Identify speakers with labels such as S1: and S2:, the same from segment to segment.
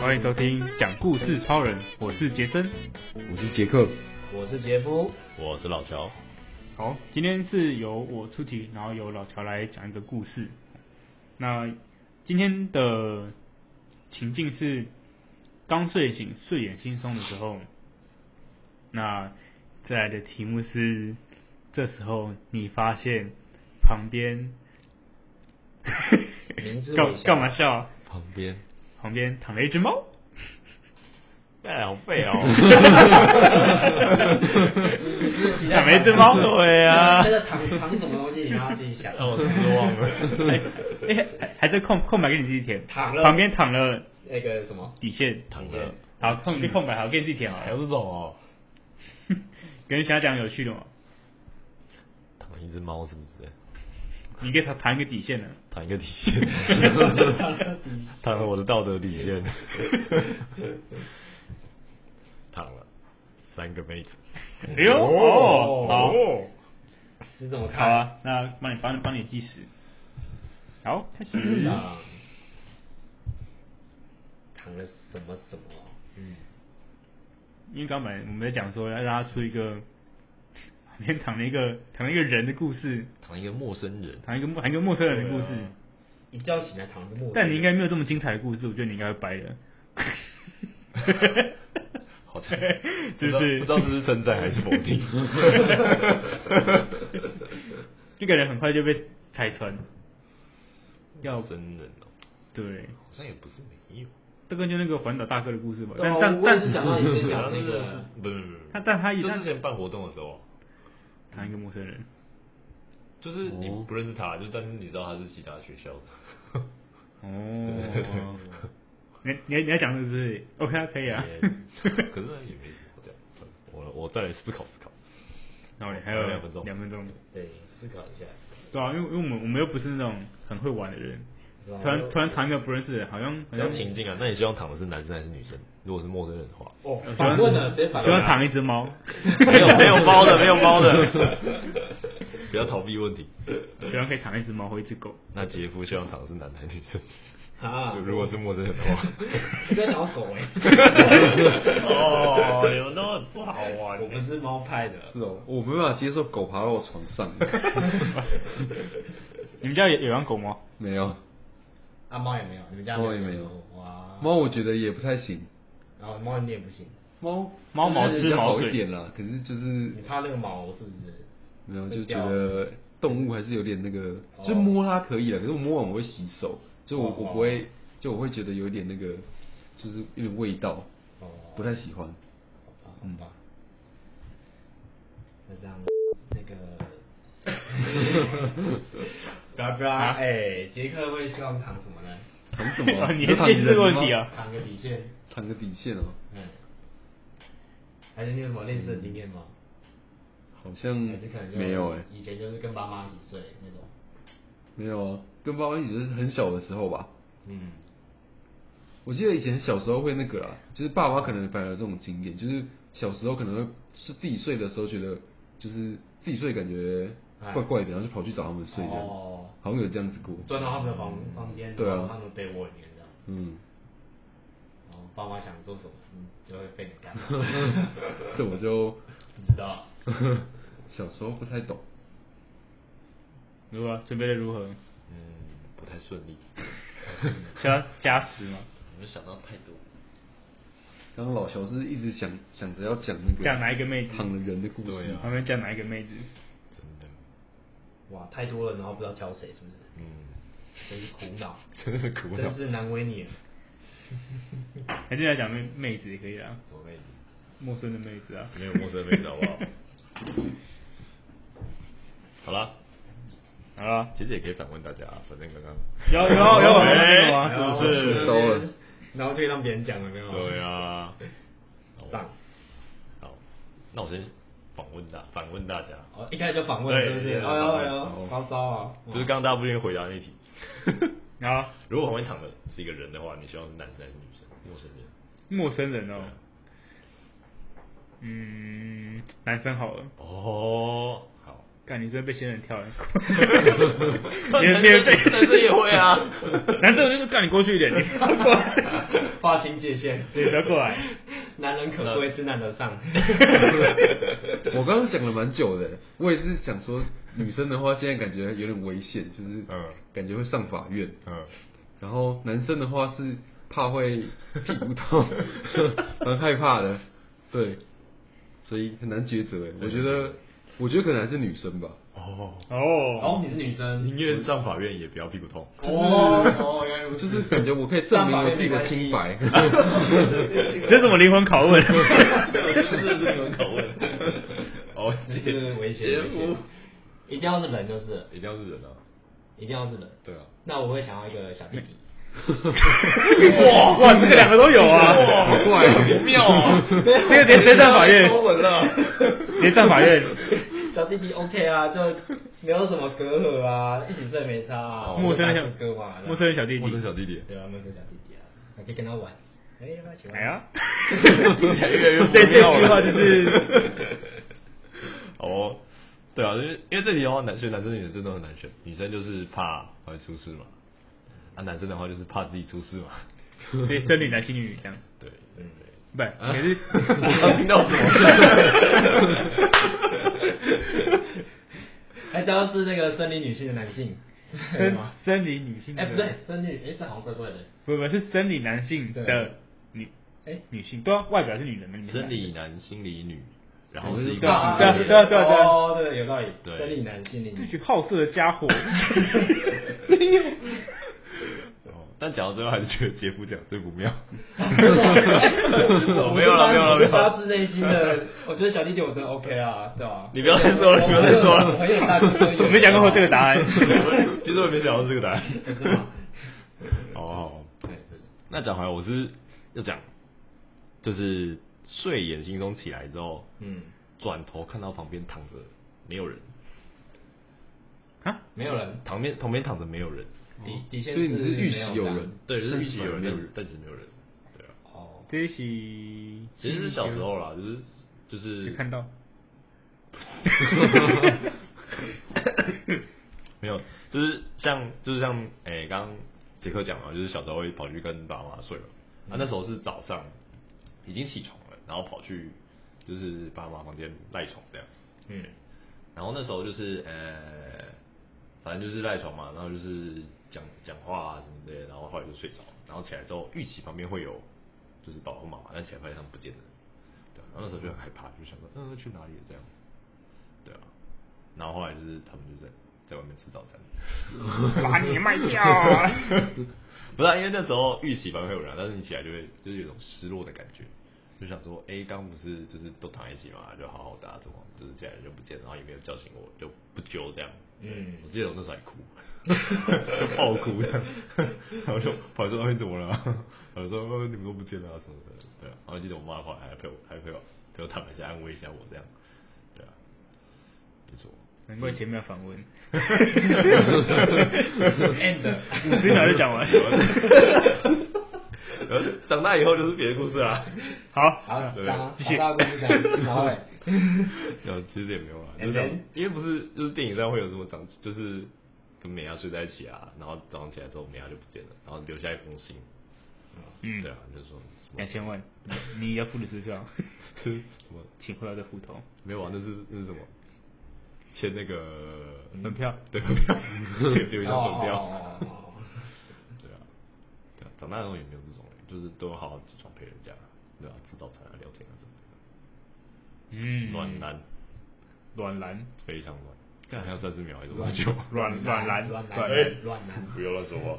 S1: 欢迎收听讲故事超人，我是杰森。
S2: 我是杰克，
S3: 我是杰夫，
S4: 我是老乔，
S1: 好，今天是由我出题，然后由老乔来讲一个故事。那今天的情境是刚睡醒、睡眼惺忪的时候。那再来的题目是，这时候你发现旁边
S3: 明 知
S1: 干
S3: 未晓
S1: 干嘛笑啊？
S4: 旁边，
S1: 旁边躺了一只 猫。
S4: 哎，好废 哦，
S1: 躺了一只 猫，对啊。
S3: 那个糖糖是什么东西？你让他自己想。
S4: 让哦
S1: 哦
S4: 我失望 了。
S1: 哎 哎，还还在空空白给你自己填，
S3: 躺了
S1: 旁边躺了
S3: 那个什么，
S1: 底线，
S4: 躺着，
S1: 好空你空白好给你自己填好
S4: 还有
S1: 了。
S4: 这种哦，
S1: 跟人想要讲 有趣的哦嘛，
S4: 躺一只猫是不是？
S1: 你给他谈一个底线呢。
S4: 躺一个底线， 躺了我的道德底线， 躺了三个妹子，嗯
S1: 哎呦，哦，好，
S3: 是怎么
S1: 好
S3: 看？
S1: 啊，那帮你帮你帮你计时。好，开始。
S4: 嗯
S3: 啊，糖了什么什么？
S4: 嗯，
S1: 因为刚本来我们在讲说要让他出一个 旁边躺了一个躺了一个人的故事，
S4: 躺一个陌生 人，
S1: 躺一个陌躺一个陌生人的故事。
S3: 一觉醒来糖是木。
S1: 但你应该没有这么精彩的故事，我觉得你应该会掰的。
S4: 好像
S1: 就
S4: 不知
S1: 是
S4: 道不知道这是称赞还是否 定，
S1: 就感觉很快就被拆穿。要
S4: 陌生人哦，
S1: 对，
S4: 好像也不是没有，
S1: 这个就那个环岛大哥的故事吧。
S3: 对
S1: 但
S3: 啊
S1: 但
S3: 我也是想到你
S1: 但
S3: 分享那个，
S4: 啊不是不是，
S1: 他但他一
S4: 就
S1: 旦
S4: 之前办活动的时候，
S1: 谈一个陌生人，
S4: 就是你不认识他，就但是你知道他是其他学校 的。
S1: 哦，你你你要讲是不是？OK 啊，可以啊。
S4: 也可 是也没什么这样。我我再来思考思考。
S1: 然后你还有
S4: 两分钟
S1: 两分钟。
S3: 对，思考一下。
S1: 对啊，因为因为我们我们又不是那种很会玩的人，
S3: 对啊
S1: 突然突然谈一个不认识的人，好像好
S4: 比
S1: 像
S4: 较情境啊，那你希望躺的是男生还是女生？如果是陌生人的话，
S3: 哦
S1: 喜，欢
S3: 反问了，直接反
S1: 呃喜
S3: 问啊
S1: 欢
S3: 了。
S1: 躺一只猫。
S4: 没有没有猫的，没有猫的， 不要逃避问题。
S1: 喜欢可以躺一只猫或一只狗。
S4: 那杰夫希望躺的是男的还是女生？
S3: 啊
S4: 就，如果是陌生人的 话，
S3: 不要想要狗哎。
S4: 哦，有那不好玩
S3: 我们是猫派的。
S2: 是哦，我没办法接受狗爬到我床上，
S1: 你们家有有养狗吗？
S2: 没有
S3: 啊，猫也没有，你们家
S2: 猫也没有
S3: 哇。
S2: 猫，我觉得也不太行，
S3: 然后猫你也不行，
S2: 猫
S1: 猫毛
S2: 就是
S1: 吃
S2: 比较
S1: 毛
S2: 好
S1: 嘴
S2: 一点啦，可是就是
S3: 你怕那个毛是不是？
S2: 没有
S3: 会
S2: 就觉
S3: 掉
S2: 得动物还是有点那个，
S3: 哦
S2: 就摸它可以了，可是我摸完我会洗手，就我
S3: 哦
S2: 我不会，就我会觉得有点那个，就是有点味道，
S3: 哦，
S2: 不太喜欢。
S3: 好吧，好吧。那这样，那个， 嘎
S2: 啊
S3: 嘎，哎，杰克会希望躺什么呢？
S2: 躺什么？
S1: 你
S2: 就
S1: 的
S2: 躺
S1: 近视
S2: 人
S1: 问
S2: 吗
S1: 题啊？
S3: 躺个底线，
S2: 躺个底线哦，
S3: 嗯。还是你有什么类似的经验吗？
S2: 好像
S3: 还是可能就
S2: 没有哎、
S3: 以前就是跟爸妈一起睡那种。
S2: 没有啊，跟爸妈一起就是很小的时候吧。
S3: 嗯，
S2: 我记得以前小时候会那个啦，就是爸妈可能反而有这种经验，就是小时候可能会是自己睡的时候觉得就是自己睡感觉怪怪的，然后就跑去找他们睡这样，
S3: 哦
S2: 好像有这样子过。
S4: 啊
S3: 钻到他们的房房间，
S2: 嗯对啊
S3: 然后他们的被窝里面这样。
S2: 嗯，
S3: 然后爸妈想做什么，嗯，就会被你干。
S2: 这我就
S3: 你知道？
S2: 小时候不太懂，
S1: 如何准备的如何？
S4: 嗯，不太顺 利。
S1: 需要加时吗？
S4: 我们想到太多。
S2: 刚刚老乔是一直想想着要讲那个
S1: 讲哪一个妹子？
S2: 躺的人的故
S4: 对
S2: 事
S4: 啊，
S1: 旁边讲哪一个妹子？
S4: 真的，
S3: 哇，太多了，然后不知道挑谁，是不是？
S4: 嗯，
S3: 真是苦恼，
S4: 真是苦恼
S3: 真。是难为你了。
S1: 还是来讲妹妹子也可以啊，
S4: 什么妹子？
S1: 陌生的妹子啊。
S4: 没有陌生妹子好不好？ 好了，
S1: 好了，
S4: 其实也可以反问大家，啊反正刚刚
S1: 有有有往
S4: 哎
S1: 那个吗？是不
S2: 哎
S1: 是？
S2: 收了，
S3: 然后就让别人讲了，没有？
S4: 对啊，好
S3: 上，
S4: 好，那我先访问大反问大家，
S3: 哦，一开始就访问，
S4: 对
S3: 对不对？
S4: 对
S3: 哎呦哎呦，
S2: 哦
S3: 高招啊！
S4: 就是刚刚大家不愿意回答那题，
S1: 好，
S4: 如果旁边躺的是一个人的话，你希望是男生还是女生？陌生人。
S1: 陌生人
S4: 对
S1: 哦
S4: 啊。
S1: 嗯，男生好了，
S4: 哦，好，
S1: 干，你是不是被仙人跳了，你
S5: 男
S1: 你
S5: 生
S1: 也被
S5: 男生也会啊，
S1: 男生我就是干你过去一点，你不要过来，
S3: 划清界限，
S1: 你不要过来。
S3: 男人可贵，知难而上。
S2: 我刚刚想了蛮久的，我也是想说，女生的话现在感觉有点危险，就是
S4: 嗯
S2: 感觉会上法院。
S4: 嗯，
S2: 然后男生的话是怕会屁股 痛，蛮害怕的，对，所以很难抉择。欸我觉得，我觉得可能还是女生吧。
S4: 哦，
S1: 哦，
S3: 哦，你是女生
S4: 宁。愿上法院也不要屁股痛。
S3: 哦哦，原来如
S2: 我
S3: 此
S2: 就是感觉我可以证明我自己的 清白。
S1: 这怎么灵魂拷
S5: 我
S1: 问？
S5: 觉得这是很口问。哦，
S3: 这是危险，
S5: 姐
S3: 危
S5: 夫
S3: 险一定要是人就是了，
S4: 一定要是人啊，
S3: 一定要是人。
S4: 对啊，
S3: 那我会想要一个小弟弟，
S1: 哇哇，这个两个都有啊！
S5: 哇，
S2: 好怪
S5: 好妙啊！
S1: 这个直接直接上法院，
S5: 文了，
S1: 直接上法院，
S3: 小弟弟 OK 啊，就没有什么隔阂啊，一起睡没差啊。
S1: 陌生
S3: 小
S1: 小
S3: 哥嘛，
S1: 陌生小弟
S4: 陌生
S1: 弟，
S4: 小弟弟，
S3: 对啊，陌生小弟弟啊，还可以跟他玩。哎，要不要一起玩？
S1: 哎呀，
S5: 听起来越来越
S1: 这这
S5: 不
S1: 句
S5: 妙
S1: 话
S5: 了
S1: 就是
S4: 好哦，对啊，因为因为这题的话，男所以男生女生真的很难选，女生就是怕会出事嘛，啊，男生的话就是怕自己出事嘛，
S1: 对生女男性女女这样，
S4: 对 对对，
S1: 不，可是
S5: 我刚听到什么？
S3: 还只要是那个生理女性的男性，可以
S1: 生
S3: 吗？
S1: 生理女性的，
S3: 哎，不对，生理，哎，这好像怪怪的。
S1: 不不是生理男性
S3: 对
S1: 的女，
S3: 哎
S1: 女性，对啊，外表是女人嘛，你们是
S4: 生理
S1: 男的
S4: 男，心理女，然后是一
S1: 对
S4: 个
S1: 啊
S4: 性
S1: 对啊
S4: 别
S1: 对啊对啊对啊
S3: 哦，对，有道理。
S4: 对
S3: 生理男性，
S1: 这
S3: 理
S1: 群好色的家伙，
S4: 哦但讲到最后还是觉得杰夫讲最不 妙。
S3: 我
S4: 哦没有了，没有了，没有
S3: 发自
S4: 了。
S3: 内心的，我觉得小弟弟我真的 OK 啊，对吧？
S4: 你不要再说了，你不要再说
S3: 我很有大
S4: 了。
S1: 我 没想过会有这个答案。
S4: 其实我也没想到这个答案。
S3: 是吗？
S4: 哦，那讲回来，我是要讲，就是睡眼惺忪起来之后，
S3: 嗯，
S4: 转头看到旁边躺着没有人，
S1: 啊，
S3: 没有人，
S4: 旁边旁边躺着没有人，
S3: 底底线
S2: 哦所以你是预习有
S3: 没
S2: 人，
S4: 对，就是
S2: 但
S4: 预期有人，
S2: 没
S4: 但
S2: 有
S4: 是但是没有人，对啊。
S3: 哦，
S1: 这一起
S4: 其实是小时候啦，就是就是
S1: 有看 到，
S4: 没有，就是像就是像哎，刚刚杰克讲嘛，就是小时候会跑去跟爸妈睡嘛，啊那时候是早上已经起床了，然后跑去就是爸妈房间赖床这样，
S3: 嗯，
S4: 然后那时候就是呃，反正就是赖床嘛，然后就是讲讲话啊什么之类的，然后后来就睡着了，然后起来之后预期旁边会有就是保护妈妈，但起来发现他们不见了，对啊、然后那时候就很害怕，就想说嗯去哪里了这样，对啊，然后后来就是他们就在在外面吃早餐，
S1: 把你卖掉。啊
S4: 不是啊、因为那时候预期旁边会有人啊，但是你起来就会就是有一种失落的感觉。就想说，哎、刚不是就是都躺一起嘛，就好好的、啊，怎么就是起来就不见，然后也没有叫醒我，就不揪这样。
S3: 嗯
S4: 我记得我那时候还 哭，爆哭的，然后就跑去说：“哎，你怎么了？”然后说：“呃你们都不见了、啊、什么的。”对啊，然后记得我妈跑来还陪我，还陪我陪我躺一下，安慰一下我这样。对啊，没错。
S1: 难怪前面要访问，
S3: ，and
S1: 五十秒就讲完。
S4: 然后长大以后就是别的故事啊啦。
S1: 好，
S3: 好，
S4: 对
S3: 长
S1: 继续
S3: 长大故事讲，然后嘞，
S4: 然后其实也 没有啦，
S3: And
S4: 就是
S3: then？
S4: 因为不是就是电影上会有什么长，就是跟美亚睡在一起啊，然后早上起来之后美亚就不见了，然后留下一封信。
S1: 嗯
S4: 对啊，就是说什么
S1: 两千万，你要付的支票，
S4: 就是 什么
S1: 请回到这户头，
S4: 没有啊，那是那是什么？签那个
S1: 门票。
S4: 对门票，留一张门票。
S3: 哦哦哦哦
S4: 对啊，对啊，长大以后也没有这种人，就是都好好起床陪人家，对啊，吃早餐啊，聊天啊什么的。
S1: 嗯，
S4: 暖男，
S1: 暖男，
S4: 非常暖。干还有三十秒还是 多久？
S1: 软软男，
S3: 软
S1: 软
S3: 男，软男，
S4: 哎不要乱说话。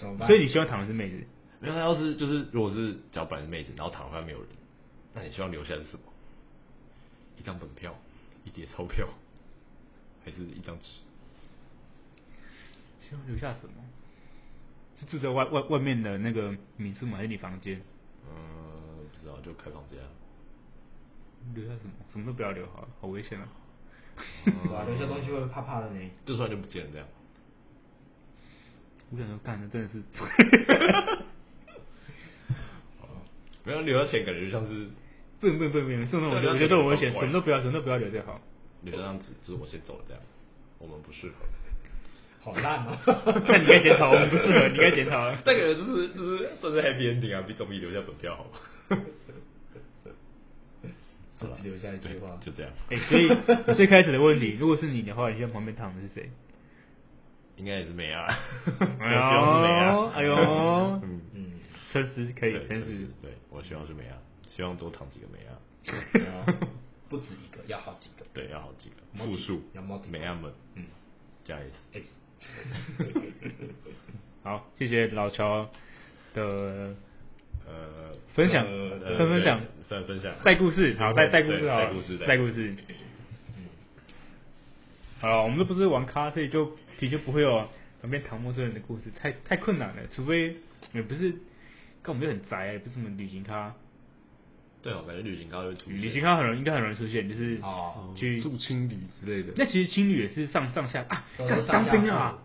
S3: 怎么办？
S1: 所以你希望躺的是妹子？
S4: 没有，他要是就是如果是脚本是妹子，然后躺出来没有人，那你希望留下的是什么？一张本票，一叠钞票，还是一张纸？
S1: 希望留下什么？是住在外外外面的那个民宿吗？还是你房间？
S4: 嗯，不知道，就开房间啊。
S1: 留下什么？什么都不要留好了，好危险啊！
S3: 对啊，留下东西会怕怕的呢。
S4: 就算就不见了这样。
S1: 我想说，干的真的是，
S4: 没有留到钱，感觉就像是
S1: 不能不能不能不能，这种东西
S4: 对
S1: 我觉得我会选
S4: 留下什么
S1: 什么都不要，什么都不要留最好。
S4: 留张纸，就是我先走了这样，我们不适合。
S3: 好烂 哦、
S1: 那你应该检讨，我们不适合，你应该检讨啊。
S4: 那个就是就是算是 happy ending 啊，比总比留下本票好 吧？
S3: 自己留下一句话
S4: 对就这样，
S1: 哎、所以最开始的问题，如果是你的话，你现在旁边躺的是谁？
S4: 应该也是没 啊，我希
S1: 哎呦
S4: 望是没啊，
S1: 哎呦
S4: 嗯，
S3: 嗯，
S1: 诚实可以
S4: 对，，
S1: 诚
S4: 确
S1: 实
S4: 实。对我希望是没啊，希望多躺几个没啊，
S3: 然后不止一个，要好几个。
S4: 对，要好几个，
S3: 猫几
S4: 复数
S3: 要猫几，个
S4: 没啊们，
S3: 嗯
S4: 加一次，
S3: ，S，
S1: 好，谢谢老乔的
S4: 呃，
S1: 分享
S4: 呃
S1: 分分享
S4: 对算分享，
S1: 带故事，好带带故事
S4: 对
S1: 好了，
S4: 带故事
S1: 带故事。好了，我们都不是玩咖，所以就的确不会有啊旁边唐陌生人的故事，太太困难了。除非也不是，跟我们就很宅，也不是什么旅行咖，
S4: 对，我感觉旅行高就出现
S1: 旅行咖很容易应该很容易出现，就是
S3: 哦
S1: 去
S2: 嗯住青旅之类的。
S1: 那其实青旅也是上上下啊，
S3: 都是
S1: 干
S3: 哦上
S1: 当
S3: 下
S1: 兵啊，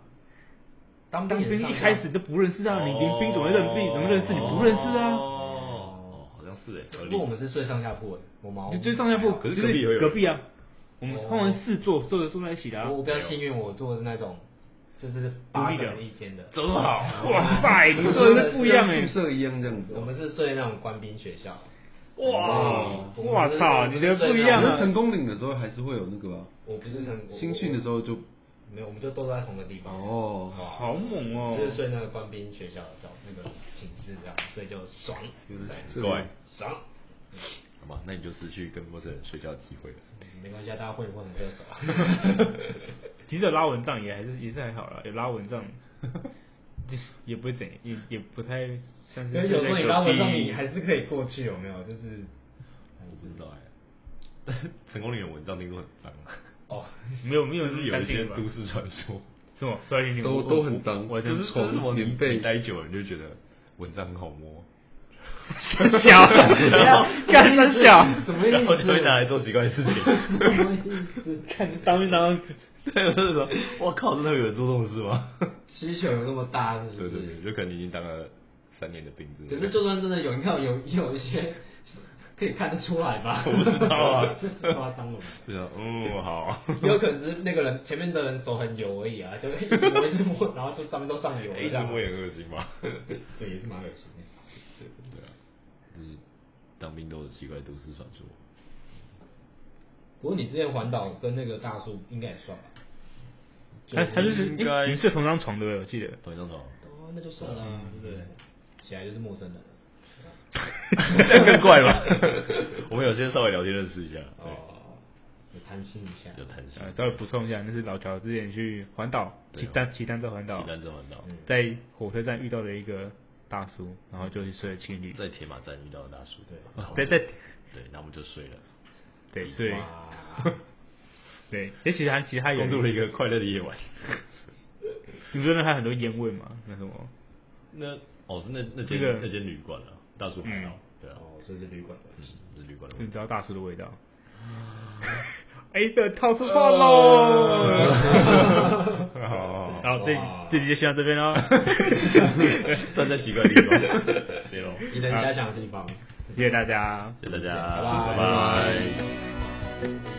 S3: 当
S1: 当
S3: 兵
S1: 兵
S3: 也
S1: 一
S3: 上
S1: 开
S3: 下
S1: 始都不认识啊，你
S4: 哦
S1: 连兵怎么认识？你怎么认识？你不认识啊。
S4: 哦，好像是哎，合
S3: 不
S4: 理
S3: 过我们是睡上下铺诶，我毛
S1: 就就上下铺，
S4: 可是
S1: 就
S4: 隔壁也
S1: 是
S4: 有
S1: 隔壁啊，我们
S3: 哦
S1: 通常四坐坐着坐在一起的啊
S3: 我。我比较幸运，我做的是那种就是八个人一间的，
S4: 这 么好，
S1: 哇塞，你坐的是不一样哎
S2: 跟。宿舍一样这样子
S3: 我
S2: 哦。
S3: 们是睡那种官兵学校。
S1: 哇
S3: 我们是
S1: 哇操
S3: 我们是
S1: 你的
S3: 睡
S1: 不一
S3: 那
S1: 样
S2: 可
S1: 啊
S2: 是成功岭的时候还是会有那个吧？
S3: 我不是成
S2: 嗯新训的时
S3: 候
S2: 候就
S3: 没有，我们就都在同个地方。
S2: 哦，
S1: 好猛哦！
S3: 就是睡那个官兵学校的叫那个寝室这样，所以就爽，
S2: 原来是
S4: 对，
S3: 爽，
S4: 好吧，那你就失去跟陌生人睡觉的机会了。
S3: 没关系，啊，大家混一混很热手 啊。
S1: 其实有拉蚊帐也还是也是还好啦，有拉蚊帐，就是也不会怎样，也也不太像是
S3: 因为
S1: 睡在
S3: 有时候你
S1: 隔
S3: 拉文章，
S1: 壁
S3: 你还是可以过去，有没有？就是
S4: 我不知道哎、成功岭的文章听说很脏，啊
S3: 哦，
S1: 没有没有
S4: 就
S1: 那么
S4: 是有
S1: 干
S4: 一些
S1: 净吧
S4: 都市传说，
S1: 是吗？所以你
S2: 都
S1: 我
S2: 都很 脏
S1: 我
S4: 就
S1: 真
S4: 是就是什么
S2: 棉
S4: 你
S2: 被
S4: 你待久了你就觉得文章很好摸，
S1: 小，干得小，
S3: 什么意
S4: 然后就会拿
S3: 思？
S4: 来做奇怪的 事情。
S3: 什么意思？
S1: 看当兵当
S4: 对，我就说，我靠，真的有人做这种事吗？
S3: 需求有那么大，是不
S4: 对
S3: 是？
S4: 对对，就可能你已经当了三年的兵之类
S3: 可
S4: 的。
S3: 是就算真的有，你看有有一些可以看得出来 吧？
S4: 我不知道啊
S3: 夸张了吧。
S4: 对啊，嗯，好。
S3: 也 有可能是那个人前面的人手很油而已啊，就一直摸一直摸，然后就上面 都上油了，
S4: 一
S3: 这
S4: 直
S3: 样
S4: 摸也很恶心 吧？对
S3: 对，也是蛮恶心的。
S4: 啊，就是当兵都有奇怪的都市传说。
S3: 不过你之前环岛跟那个大叔应该也算吧？
S1: 他他就是
S4: 应该
S1: 你们睡同张床对不对？我记得。
S4: 同一张床，
S3: 哦，那就算了啊，对不对？起来就是陌生人了。
S4: 这样更怪 吧？我们有先稍微聊天认识一下，对，
S3: 哦，有贪心一下。
S4: 有谈心
S1: 呃，，稍微补充一下，那是老乔之前去环岛，
S4: 对
S1: 骑单骑单车环岛
S4: 骑，单车环岛，
S1: 在火车站遇到了一个大叔，然后就去睡了情侣，
S4: 在铁马站遇到的大叔，
S3: 对
S4: 然后
S1: 在在
S4: 对，然后我们就睡了，
S1: 对，所以
S3: 哇，
S1: 对，也其实还其实他有
S4: 共度了一个快乐的夜晚。
S1: 你不是那还有很多烟味吗？那什么，
S4: 那哦是那那
S1: 这个
S4: 间那间旅馆啊，大叔还好
S1: 嗯，
S4: 对啊，
S3: 哦，所以是旅馆的。
S4: 嗯，是旅馆的
S1: 你
S4: 问
S1: 知
S4: 题。
S1: 道大叔的味道。 哎，这套出话喽！
S4: 好，
S1: 好，这
S3: 哇
S1: 这集就先到这边喽。
S4: 站在奇怪的地方，谢喽，
S3: 你能遐想的地方。
S1: 谢谢大家。
S4: 谢谢大家，
S3: 拜拜
S4: 拜拜。